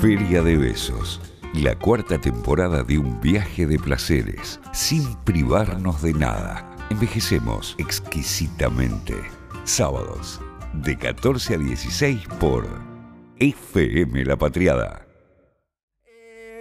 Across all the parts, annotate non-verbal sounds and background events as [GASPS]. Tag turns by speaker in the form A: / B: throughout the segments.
A: Feria de Besos, la cuarta temporada de un viaje de placeres, sin privarnos de nada. Envejecemos exquisitamente. Sábados, de 14 a 16 por FM La Patriada.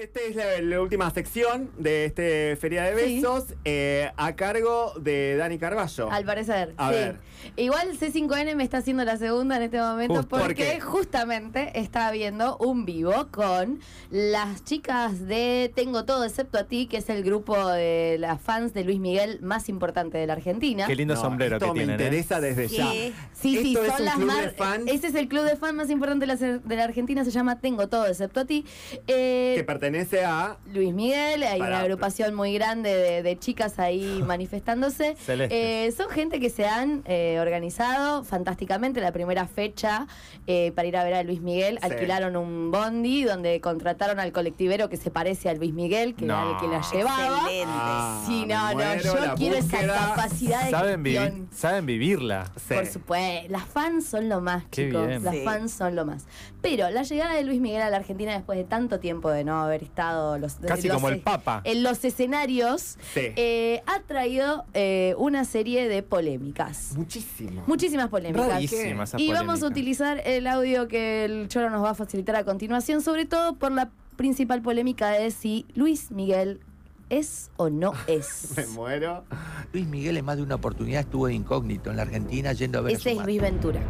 B: Esta es la, la última sección de este Feria de
C: Sí.
B: Besos eh, a cargo de Dani Carballo.
C: Al parecer,
B: A
C: sí.
B: ver.
C: Igual C5N me está haciendo la segunda en este momento
B: Just- ¿por
C: porque
B: qué?
C: justamente está viendo un vivo con las chicas de Tengo Todo Excepto a Ti, que es el grupo de las fans de Luis Miguel más importante de la Argentina.
D: Qué lindo
B: No,
D: sombrero
B: esto
D: que
B: me
D: tienen. ¿eh?
B: interesa desde
E: Sí.
B: ya.
C: Sí, sí,
B: Esto es
C: son
B: un
C: las
B: club de
C: más.
B: fans.
C: Ese es el club de fans más importante de la, ser- de la Argentina, se llama Tengo Todo Excepto a Ti. Eh,
B: Que pertenece a.
C: Luis Miguel,
B: Pará,
C: hay una
B: pero-
C: agrupación muy grande de, de
B: [LAUGHS]
C: chicas ahí manifestándose.
D: Celestes.
C: Eh, son gente que se han eh, organizado fantásticamente. La primera fecha eh, para ir a ver a Luis Miguel,
B: Sí.
C: alquilaron un bondi donde contrataron al colectivero que se parece a Luis Miguel, que era el que la llevaba.
E: Excelente.
B: Ah,
C: Sí,
B: me
C: no, no,
B: muero,
C: yo
B: la
C: quiero
B: búsqueda.
C: esa capacidad de
D: ¿Saben, vivi-
C: gestión.
D: saben vivirla.
B: Sí.
C: Por supuesto, las fans son lo más,
D: Qué
C: chicos.
D: bien.
C: Las
E: Sí.
C: fans son lo más. Pero la llegada de Luis Miguel a la Argentina después de tanto tiempo de no haber estado los, de
D: Casi
C: los
D: como el
C: es-
D: Papa.
C: en los escenarios,
B: Sí.
C: eh, ha traído eh, una serie de polémicas.
B: Muchísimo.
C: Muchísimas polémicas.
D: Rarísima esa
C: Y vamos a
D: polémica.
C: utilizar el audio que el Choro nos va a facilitar a continuación, sobre todo por la principal polémica de si Luis Miguel es o
F: [LAUGHS]
C: no es.
B: Me muero.
F: Luis Miguel en más de una oportunidad estuvo de incógnito en la Argentina yendo a ver a su
C: Ese Este es
F: madre.
C: Luis Ventura.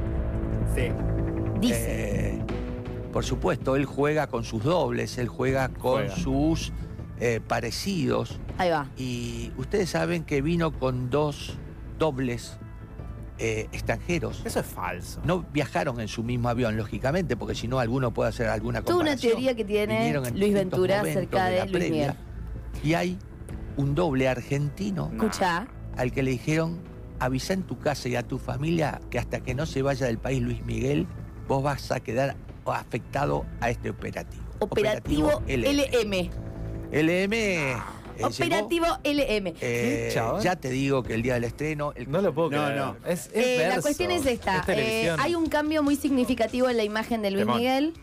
B: Sí.
C: Dice.
F: Eh, por supuesto, él juega con sus dobles, él juega con
D: Juega.
F: sus eh, parecidos.
C: Ahí va.
F: Y ustedes saben que vino con dos dobles eh, extranjeros.
D: Eso es falso.
F: No viajaron en su mismo avión, lógicamente, porque si no alguno puede hacer alguna
C: Toda una
F: comparación.
C: teoría que tiene
F: Vinieron en
C: Luis
F: distintos
C: Ventura
F: momentos
C: acerca de
F: la
C: Luis
F: previa.
C: Miguel.
F: Y hay un doble argentino
C: Escucha.
F: al que le dijeron, avisa en tu casa y a tu familia que hasta que no se vaya del país Luis Miguel, vos vas a quedar afectado a este operativo.
C: Operativo, LM.
F: LM. eh, llegó,
C: Operativo LM.
F: eh,
D: ¿Qué, chabón?
F: ya te digo que el día del estreno, el
D: No lo puedo
B: No,
D: creer.
B: no.
D: Es, es
C: Eh, la
D: verso.
C: cuestión es esta. Eh,
D: televisión.
C: hay un cambio muy significativo en la imagen de Luis
D: Temón.
C: Miguel.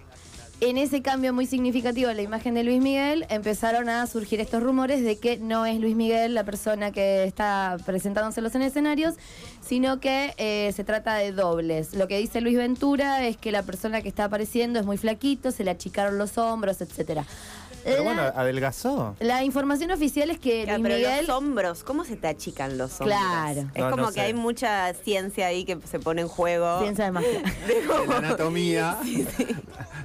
C: En ese cambio muy significativo en la imagen de Luis Miguel empezaron a surgir estos rumores de que no es Luis Miguel la persona que está presentándose en los escenarios, sino que eh, se trata de dobles. Lo que dice Luis Ventura es que la persona que está apareciendo es muy flaquito, se le achicaron los hombros, etcétera.
D: Pero
C: La-
D: bueno, adelgazó.
C: La información oficial es que
E: Claro,
C: Luis
E: pero
C: Miguel.
E: los hombros, ¿cómo se te achican los hombros?
C: Claro.
E: Es
D: No, no
E: como
D: sé.
E: que hay mucha ciencia ahí que se pone en juego.
C: Ciencia de magia.
E: De
B: De la
E: cómo-
C: [LAUGHS]
B: anatomía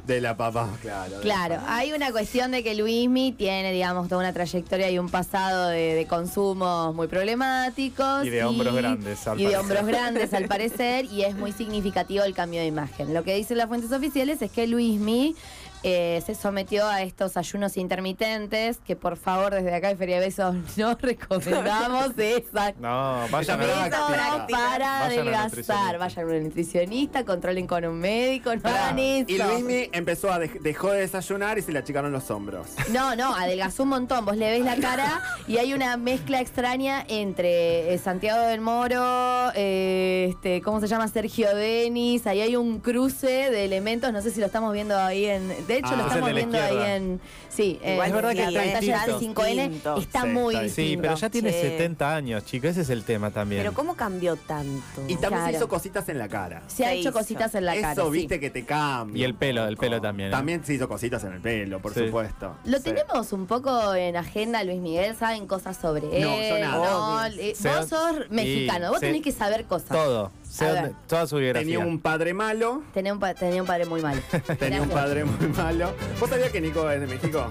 B: de la papá, claro.
C: Claro, hay una cuestión de que Luismi tiene, digamos, toda una trayectoria y un pasado de, de consumos muy problemáticos.
D: Y de hombros grandes, al
C: Y de
D: parecer. [LAUGHS]
C: hombros grandes, al parecer, y es muy significativo el cambio de imagen. Lo que dicen las fuentes oficiales es que Luismi eh, se sometió a estos ayunos intermitentes, que por favor, desde acá de Feria de Besos, [LAUGHS] no
B: [LAUGHS]
C: recomendamos esa
D: No, vaya
B: Esa
D: a la
B: práctica.
C: Método
E: práctica.
C: para
D: Vayan al
C: adelgazar.
D: nutricionista.
C: Vayan a un nutricionista, controlen con un médico, no hagan eso.
B: Y Luismi empezó a dej- dejó de desayunar y se le achicaron los hombros.
C: No, no, adelgazó un montón. Vos le ves la cara y hay una mezcla extraña entre eh, Santiago del Moro, eh, este, ¿cómo se llama? Sergio Denis. Ahí hay un cruce de elementos. No sé si lo estamos viendo ahí en. De hecho,
B: Ah,
C: lo
B: es el
C: estamos
D: de la
C: viendo ahí
D: izquierda.
C: en. Sí, en
E: Igual es verdad que
C: la
E: está
C: pantalla de
E: distinto.
C: 5N está
B: Sí,
C: muy
B: está
C: distinto.
D: Sí, pero ya tiene
E: Che.
D: 70 años, chicos. Ese es el tema también.
E: Pero ¿cómo cambió tanto?
B: Y también
C: Claro.
B: se hizo cositas en la cara.
C: Se ha
E: Se
C: hecho
E: hizo.
C: cositas en la
B: Eso,
C: cara. sí.
B: viste que te cambia.
D: Y el
B: un
D: pelo, el
B: poco.
D: pelo también, ¿eh?
B: También se hizo cositas en el pelo, por
D: Sí.
B: supuesto.
C: Lo
B: Sí.
C: tenemos un poco en agenda, Luis Miguel, saben cosas sobre
B: No,
C: él.
B: yo nada.
C: No, eh,
D: Se-
C: vos sos mexicano, vos
D: se-
C: tenés que saber cosas.
D: Todo. Sé
C: A ver.
D: dónde- toda su biografía.
B: Tenía un padre malo.
C: Tenía un, pa- tenía un padre muy
D: [LAUGHS]
C: malo.
B: Tenía un
C: Gracias.
B: padre muy malo. ¿Vos sabías que Nico es de México?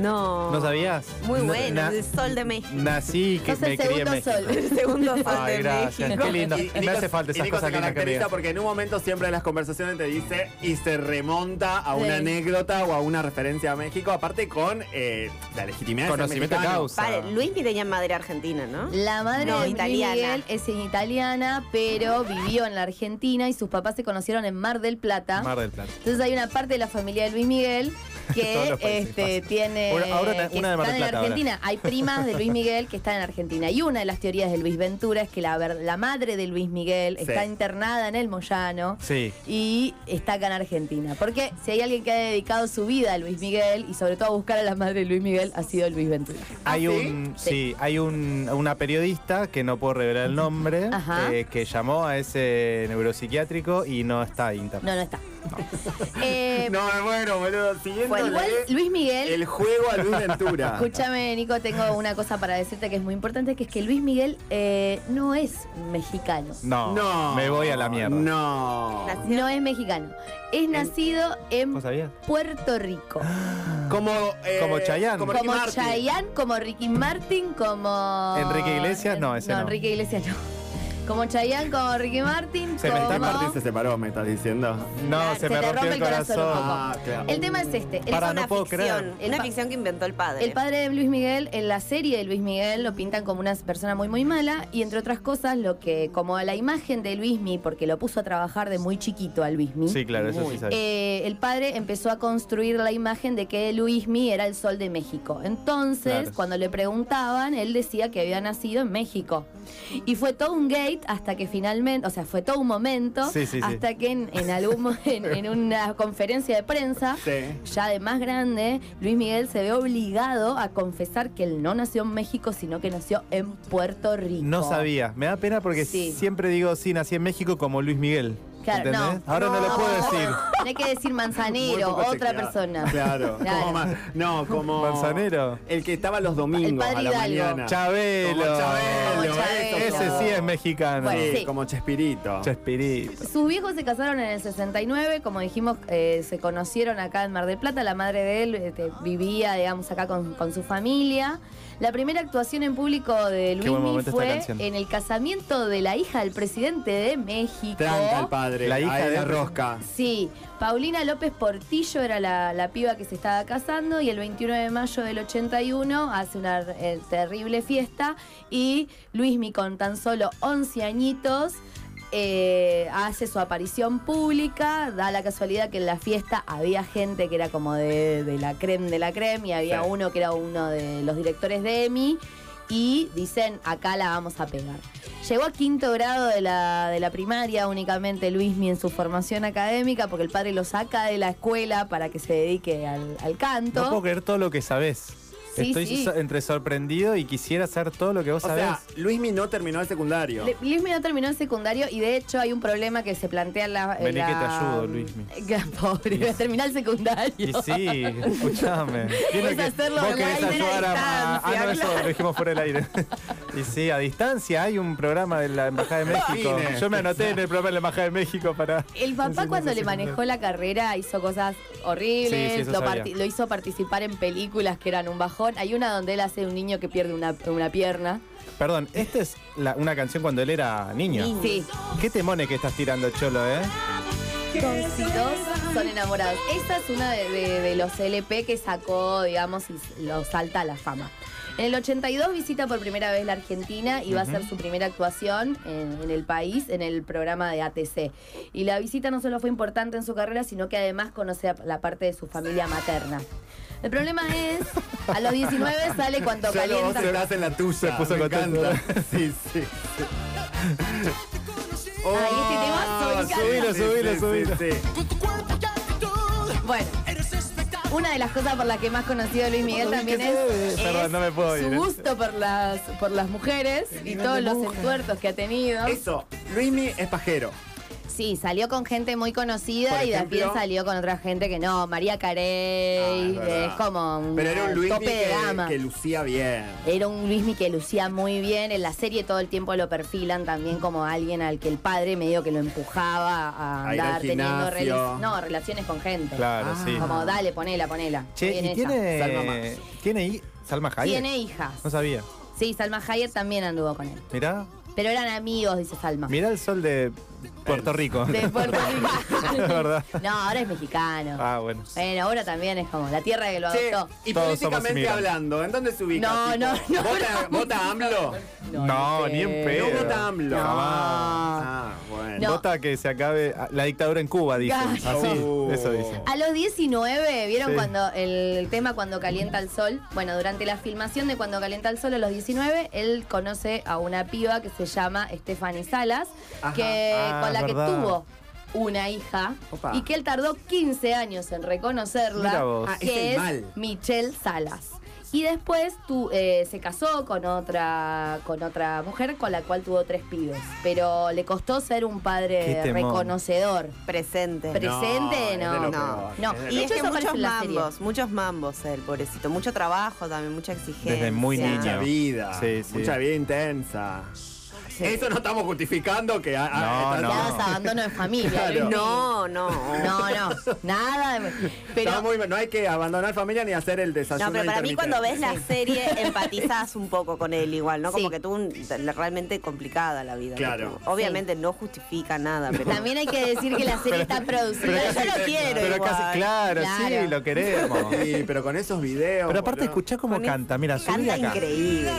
E: No.
D: ¿No sabías?
E: Muy
D: Na-
E: bueno,
D: na-
E: el sol de México.
D: Nací y que
C: Sos el
D: me crié en
C: segundo
D: México.
C: sol.
E: El segundo sol
D: Ay,
E: de
D: gracias.
E: México.
D: Qué lindo.
B: Y- y
D: me
B: Nico-
D: hace falta
B: y
D: esas
B: Nico
D: cosas
B: se
D: lindas que me
B: caracteriza
D: digas.
B: porque en un momento siempre en las conversaciones te dice y se remonta a una
C: Sí.
B: anécdota o a una referencia a México, aparte con eh, la legitimidad
D: Conocimiento
B: de
D: de
B: ser mexicano.
D: causa.
E: Pare, Luis ni tenía madre argentina, ¿no?
C: La madre
E: No,
C: de
E: italiana.
C: italiana. Miguel es italiana, pero vivió en la Argentina y sus papás se conocieron en Mar del Plata.
D: Mar del Plata. [LAUGHS]
C: Entonces hay una parte de la familia de Luis Miguel
D: Todos
C: que
D: los países
C: este,
D: pasa.
C: tiene
D: Ahora- ahora una-
C: que
D: una de Mar
C: están
D: del
C: en
D: Plata ahora.
C: Argentina. Hay primas de Luis Miguel que están en Argentina. Y una de las teorías de Luis Ventura es que la, ver- la madre de Luis Miguel
B: Sí.
C: está internada en el Moyano.
D: Sí.
C: Y está acá en Argentina. Porque si hay alguien que ha dedicado su vida a Luis Miguel y sobre todo a buscar a la madre de Luis Miguel, ha sido Luis Ventura.
D: Hay
B: ¿Ah, sí?
D: un, sí, hay un, una periodista que no puedo revelar el nombre,
C: Ajá.
D: eh, que llamó a ese neuropsiquiátrico y no está internet.
C: No, no está.
D: [LAUGHS]
C: Eh,
B: No, me muero, boludo. Siguiendo
C: bueno, igual
D: eh,
C: Luis Miguel.
B: el juego a Luis
C: [LAUGHS]
B: Ventura.
C: Escúchame, Nico,
D: [LAUGHS]
C: tengo una cosa para decirte que es muy importante, que es que Luis Miguel eh, no es mexicano.
D: No,
B: No.
D: me voy a la mierda.
B: No.
C: No es mexicano. Es nacido en
D: ¿No sabías?
C: Puerto
D: [GASPS]
C: Rico.
B: Como, eh,
D: Como Chayanne.
B: Como, Ricky
C: Como
B: Martin.
C: Chayanne, como Ricky Martin, como...
D: Enrique Iglesias, no, ese no.
C: Enrique Iglesias no. [LAUGHS] Como Chayanne, como Ricky Martin,
D: Se me
C: como...
D: está
B: Ricky Martin se separó, me estás diciendo.
D: No,
C: Claro,
D: se, me rompió el corazón.
C: un poco.
B: Ah, claro.
C: El tema es este. El,
D: Para,
E: es
D: no
E: una
D: puedo
E: ficción.
C: creer. El
E: Una
C: pa-
E: ficción que inventó el padre.
C: El padre de Luis Miguel, en la serie de Luis Miguel, lo pintan como una persona muy, muy mala. Y entre otras cosas, lo que, como la imagen de Luismi, porque lo puso a trabajar de muy chiquito a Luismi.
D: Sí, claro, eso sí sabía.
C: eh, el padre empezó a construir la imagen de que Luismi era el sol de México. Entonces,
D: Claro.
C: cuando le preguntaban, él decía que había nacido en México. Y fue todo un gate hasta que finalmente, o sea, fue todo un momento
D: Sí, sí, sí.
C: hasta que en, en algún mo- [LAUGHS] en, en una conferencia de prensa
B: Sí.
C: ya de más grande, Luis Miguel se ve obligado a confesar que él no nació en México, sino que nació en Puerto Rico.
D: No sabía. Me da pena porque
C: Sí.
D: siempre digo, sí, nací en México como Luis Miguel.
C: Claro,
D: ¿entendés?
C: no.
D: Ahora no, lo
C: No.
D: puedo decir.
C: Tiene que decir
D: [LAUGHS]
B: Muy
C: manzanero,
B: poco
C: otra
B: chequeado.
C: persona.
B: Claro.
C: Claro.
B: Como ma- no, como.
D: Manzanero.
B: El que estaba los domingos
C: El
B: a
C: padre
B: la
C: Hidalgo.
B: mañana.
D: Chabelo.
B: Como
C: Como
B: Chabelo.
C: Chabelo.
B: eso,
D: Ese
B: como-
D: sí es mexicano.
C: Bueno,
B: Sí,
C: sí.
B: como Chespirito.
D: Chespirito.
C: Sus viejos se casaron en el 69, como dijimos, eh, se conocieron acá en Mar del Plata, la madre de él este, vivía, digamos, acá con, con su familia. La primera actuación en público de
D: Qué buen
C: Luis
D: momento esta
C: fue
D: canción.
C: en el casamiento de la hija del presidente de México.
B: Tranca el padre.
D: La hija
B: ahí
D: de-
B: la rosca.
C: Sí, Paulina López Portillo era la, la piba que se estaba casando y el 21 de mayo del 81 hace una eh, terrible fiesta y Luismi con tan solo 11 añitos eh, hace su aparición pública, da la casualidad que en la fiesta había gente que era como de, de la creme de la creme y había
B: Sí.
C: uno que era uno de los directores de EMI y dicen acá la vamos a pegar. Llegó a quinto grado de la, de la primaria únicamente Luismi en su formación académica porque el padre lo saca de la escuela para que se dedique al, al canto.
D: No puedo creer todo lo que sabés.
C: Sí,
D: Estoy
C: sí.
D: so- entre sorprendido y quisiera hacer todo lo que vos
B: O
C: [LAUGHS]
D: sabés.
B: sea, Luismi no terminó el secundario.
C: Le- Luismi no terminó el secundario y de hecho hay un problema que se plantea en la... en
D: Vení que te
C: la-
D: ayudo,
C: [LAUGHS]
D: Luismi.
C: Que, pobre, va a terminar el secundario.
D: y sí, escúchame. Tiene
C: Puedes hacerlo
D: vos
C: online
D: querés
C: a
D: ayudar a, Ah,
C: distancia,
D: no, eso lo dijimos fuera del aire. [LAUGHS] y sí, a distancia hay un programa de la Embajada de México.
B: Imagínate.
D: Yo me anoté en el programa de la Embajada de México para.
C: El papá cuando le manejó la carrera hizo cosas horribles,
D: Sí, sí, eso
C: lo,
D: sabía.
C: parti- lo hizo participar en películas que eran un bajón. Hay una donde él hace un niño que pierde una, una pierna.
D: Perdón, esta es la- una canción cuando él era niño.
E: Niño.
C: Sí,
D: Qué temones que estás tirando, Cholo, ¿eh?
C: son si dos son enamorados. Esta es una de, de- de los LP que sacó, digamos, y lo salta a la fama. En el 82 visita por primera vez la Argentina y va a hacer su primera actuación en, en el país en el programa de ATC. Y la visita no solo fue importante en su carrera, sino que además conoce a la parte de su familia materna. El problema es, a los 19 sale
B: [LAUGHS]
C: cuando
B: Ya lo vos
C: calienta.
B: estás en la tuya.
D: Se puso
B: me
D: contento.
B: encanta. [LAUGHS] Sí, sí. Ah,
C: Ay, este temazo, me
D: encanta. Subilo, subilo,
B: sí, sí.
C: Bueno, una de las cosas por las que más conocido Luis Miguel también es, es
D: Perdón, no me puedo ir,
C: su
D: ¿eh?
C: gusto por las, por las mujeres y todos los entuertos que ha tenido.
B: Eso, Luismi es pajero.
C: Sí, salió con gente muy conocida
B: Por
C: y de a pie
B: ejemplo-
C: salió con otra gente que no, María Carey,
B: Ah, es verdad.
C: es como un
B: Pero era un
C: eh,
B: Luismi
C: tope de
B: que,
C: gama.
B: que lucía bien.
C: Era un Luismi que lucía muy bien. En la serie todo el tiempo lo perfilan también como alguien al que el padre medio que lo empujaba a
B: A ir al
C: andar teniendo
B: gimnasio.
C: rela- no, relaciones con gente.
D: Claro,
B: Ah.
D: sí.
C: Como dale, ponela, ponela.
D: Che,
C: Bien
D: y
C: esa.
D: tiene.
B: Salma
D: Tiene hi- Salma Hayek.
C: Tiene hijas.
D: No sabía.
C: Sí, Salma Hayek también anduvo con él.
D: Mirá,
C: Pero eran amigos, dice Salma.
D: mirá el sol de Puerto Rico.
C: [LAUGHS]
D: [LAUGHS]
C: De Puerto Rico.
D: Es verdad.
C: No, ahora es mexicano.
D: Ah, bueno.
C: Bueno, ahora también es como la tierra que lo
B: Che,
C: adoptó.
B: y
D: Todos somos
B: políticamente
D: inmigrantes.
B: hablando, ¿en dónde se ubica?
C: No,
B: tipo?
C: no, no, Eh,
B: ¿Vota,
C: no.
B: vota AMLO?
D: No, ni en
B: No
D: pedo.
B: vota AMLO.
D: Jamás.
B: Ah, bueno.
C: No.
D: Vota que se acabe ah, la dictadura en Cuba, dice.
C: Claro.
D: Así,
B: Oh.
D: eso dice.
C: A los 19, ¿vieron
D: Sí.
C: cuando el tema cuando calienta el sol? Bueno, durante la filmación de cuando calienta el sol a los 19, él conoce a una piba que se llama Stephanie Salas,
B: Ajá.
C: que
D: Ah,
C: con la
D: verdad.
C: que tuvo una hija
B: Opa.
C: y que él tardó 15 años en
D: Mira
C: reconocerla,
D: vos.
B: Ah, es el
C: que es,
B: mal.
C: Michelle Salas. Y después tu- eh, se casó con otra, con otra mujer con la cual tuvo tres pibes. Pero le costó ser un
D: Qué
C: padre
D: temón.
C: reconocedor.
E: Presente.
C: Pre- presente,
B: es de lo
E: no.
B: peor,
C: No.
B: es de lo
E: Y
C: De
E: es
C: hecho,
E: que
C: eso aparece
E: muchos
C: en la serie.
E: mambos, muchos mambos el pobrecito. Mucho trabajo también, mucha exigencia.
D: Desde muy
B: Mucha
D: niño.
B: vida,
D: Sí, sí.
B: mucha vida intensa. Eso no estamos justificando que... ah, ah,
D: No.
C: Quedabas abandono de
B: [LAUGHS]
C: familia.
B: Claro.
C: Luis.
E: No, no.
C: No, no, nada. de-
B: Está
C: Pero
B: muy bien, no hay que abandonar familia ni hacer el desayuno
E: No, pero para mí
B: intermitente.
E: cuando ves la serie
C: [LAUGHS]
E: empatizas un poco con él igual, ¿no? Como
C: Sí.
E: que tuvo un- realmente complicada la vida. que
B: Claro.
E: tuvo. Obviamente no justifica nada, pero...
C: también hay que decir que la serie está producida.
E: Pero yo lo
B: casi-
E: quiero
D: Pero
E: igual.
D: casi, claro,
C: Claro.
D: sí, lo queremos.
B: Sí, pero con esos videos...
D: [LAUGHS] Pero aparte,
B: boludo,
D: escuchá cómo
E: Con
D: canta. Mira, subí
E: Canta
D: acá.
E: increíble.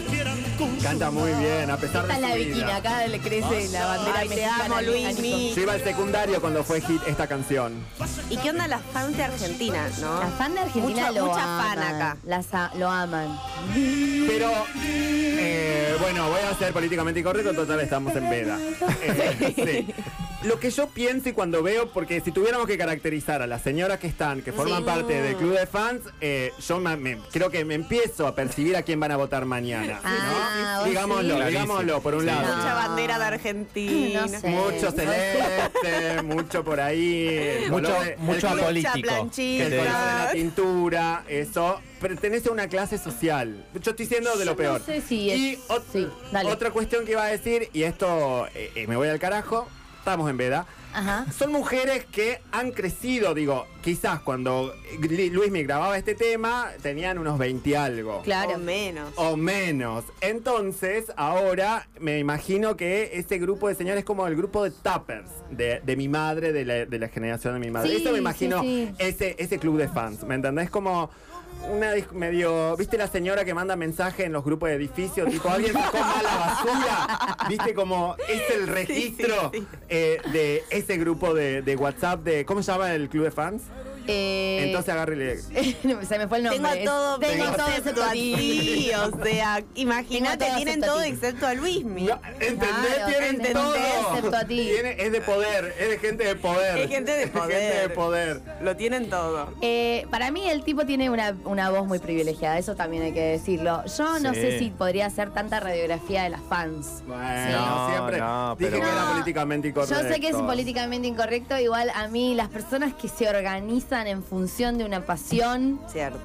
B: Canta muy bien, a pesar
C: Esta es
B: de
C: la
B: su
C: bikini,
B: vida.
C: acá le crece la bandera
E: Ay, te
C: mexicana.
E: amo,
C: al-
E: Luis,
C: al-
E: mi-
B: Yo iba al secundario cuando fue hit esta canción.
E: ¿Y qué onda las fans de Argentina, no?
C: La fan de Argentina
E: Mucha-
C: lo
E: mucha
C: aman.
E: fan acá.
C: Las a- lo aman.
B: Pero, eh, bueno, voy a ser políticamente incorrecto, total estamos en veda. Eh, sí. Lo que yo pienso y cuando veo, porque si tuviéramos que caracterizar a las señoras que están, que forman parte del club de fans, eh, yo me- me- creo que me empiezo a percibir a quién van a votar mañana. ¿no?
C: Ah, vos
B: digámoslo,
C: sí.
B: digámoslo, por un
D: Sí.
B: lado.
E: Mucha
C: No.
E: bandera de Argentina.
C: No sé.
B: Mucho
C: [LAUGHS]
B: celeste, mucho por ahí. el
D: Mucho,
B: color de- el
D: mucho
B: color-
D: apolítico. que
E: planchita.
B: El
D: te-
B: color de la pintura, eso. Pertenece a una clase social. Yo estoy diciendo de
C: Yo
B: lo
C: no
B: peor.
C: sé si es-
B: y ot-
C: sí, dale.
B: otra cuestión que iba a decir, y esto eh, eh, me voy al carajo, estamos en veda.
C: Ajá.
B: Son mujeres que han crecido, digo, quizás cuando Gli- Luis me grababa este tema, tenían unos 20 y algo.
C: Claro.
E: O menos.
B: O menos. Entonces, ahora me imagino que ese grupo de señores es como el grupo de tappers de, de mi madre, de la, de la generación de mi madre.
C: Sí,
B: Eso me imagino
C: sí, sí.
B: Ese, ese club de fans, ¿me entendés? Como una dis- medio. ¿Viste la señora que manda mensaje en los grupos de edificio? Tipo, alguien sacó mala basura. ¿Viste como es el registro
E: sí, sí.
B: eh, de ese grupo de, de WhatsApp de. ¿Cómo se llama el club de fans?
C: Eh,
B: Entonces agárrele.
C: [LAUGHS] se me fue el
E: Tengo
C: nombre.
E: a todo,
C: Tengo
E: pero
C: todo
E: excepto
C: excepto
E: a
C: a ti.
E: ti.
C: [LAUGHS]
E: O sea, imagínate,
C: Tengo todo
E: tienen
C: excepto a
E: todo
C: ti.
E: excepto a Luismi.
B: No, ¿Entendés?
C: Claro,
B: Tienen
C: entendés,
B: todo.
C: excepto a ti.
B: Tiene- es de poder, es de gente de poder.
E: Es gente de
B: Es gente de
E: poder.
B: poder.
E: Lo tienen todo.
C: Eh, para mí el tipo tiene una, una voz muy privilegiada, eso también hay que decirlo. Yo no
D: Sí.
C: sé si podría hacer tanta radiografía de las fans.
B: Bueno,
D: No,
B: siempre
D: no,
B: dije
D: pero-
B: que era
C: No,
B: políticamente incorrecto.
C: Yo sé que es políticamente incorrecto, igual a mí las personas que se organizan en función de una pasión,
E: Cierto.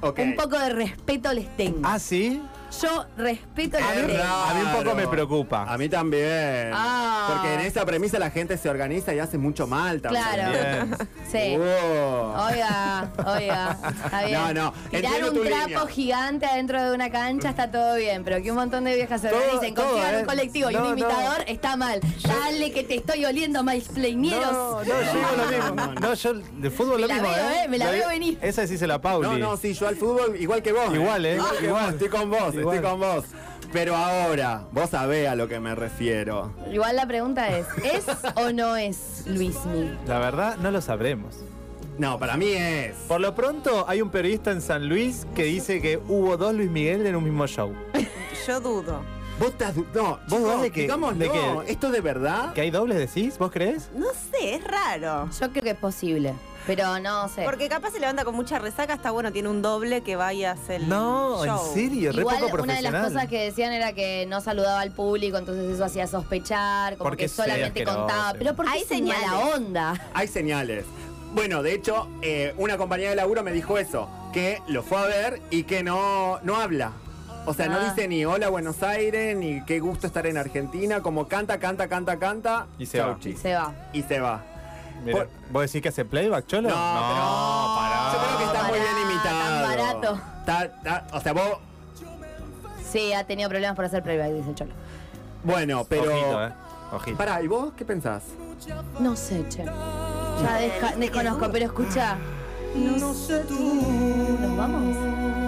B: Ok.
C: un poco de respeto les tengo.
D: Ah, sí.
C: Yo respeto
B: Es
C: les tengo.
B: raro.
D: A mí un poco me preocupa.
B: A mí también.
C: Ah.
B: Porque en esa premisa la gente se organiza y hace mucho mal también.
C: Claro.
D: Bien.
C: Sí.
B: Uh, Wow.
C: Oiga, oiga, está bien.
B: No, no,
C: Tirar
B: entiendo
C: un
B: tu
C: trapo
B: línea.
C: gigante adentro de una cancha está todo bien, pero que un montón de viejas se
D: Todo-
C: organicen,
D: todo,
C: consigan un
D: ¿eh?
C: colectivo y
D: No,
C: un
D: no.
C: imitador está mal. Dale que te estoy oliendo, maisplañeros.
D: No, no, yo digo lo mismo.
B: No, no, no.
D: No, yo de fútbol
C: Me
D: lo
C: la
D: mismo,
C: veo, ¿eh? Me la
D: Lo
C: veo
D: vi-
C: venir.
D: Esa sí se la Pauli.
B: No, no, sí, yo al fútbol igual que vos.
D: Igual, ¿eh?
B: Igual que
D: Igual.
B: vos, Estoy con vos,
D: Igual.
B: estoy con vos. Pero ahora, vos sabés a lo que me refiero.
C: Igual la pregunta es, ¿es o no es Luismi?
D: La verdad, no lo sabremos.
B: No, para mí es.
D: Por lo pronto, hay un periodista en San Luis que dice que hubo dos Luis Miguel en un mismo show.
E: Yo dudo.
B: Vos estás. du- No,
D: ¿Vos
B: chicos,
D: dudás de que-
B: digamos,
D: de
B: no,
D: que-
B: ¿Esto de verdad?
D: ¿Que hay dobles, decís? ¿Vos crees?
E: No sé, es raro.
C: Yo creo que es posible, pero no sé.
E: Porque capaz se levanta con mucha resaca, está bueno, tiene un doble que vaya a hacer el
D: No, en
E: show.
D: serio, re
C: Igual
D: poco
C: una de
D: profesional.
C: las cosas que decían era que no saludaba al público, entonces eso hacía sospechar, como
D: Porque
C: que
D: es eh. feo,
C: solamente
D: asqueroso.
C: contaba. Pero ¿por qué
E: Hay
C: es mala
E: señales.
C: onda?
B: Hay señales. Bueno, de hecho, eh, una compañía de laburo me dijo eso, que lo fue a ver y que no, no habla. O sea, no
C: Ah.
B: dice ni hola Buenos Aires, ni qué gusto estar en Argentina, como canta, canta, canta, canta.
D: Y se
B: chau,
D: va.
B: chis.
C: Se va.
B: Y se va.
D: Mira, ¿Vos decís que hace playback, Cholo?
B: No, pero-
D: pará.
B: Yo creo que está muy bien
C: pará,
B: imitado.
C: tan barato.
B: Está- está- o sea, vos,
C: Sí, ha tenido problemas por hacer playback, dice el Cholo.
B: bueno, pero...
D: Ojito, eh. Ojito.
B: Pará, ¿y vos qué pensás?
C: No sé, che. Ya desca- desconozco, pero escucha. No sé tú. ¿Nos vamos?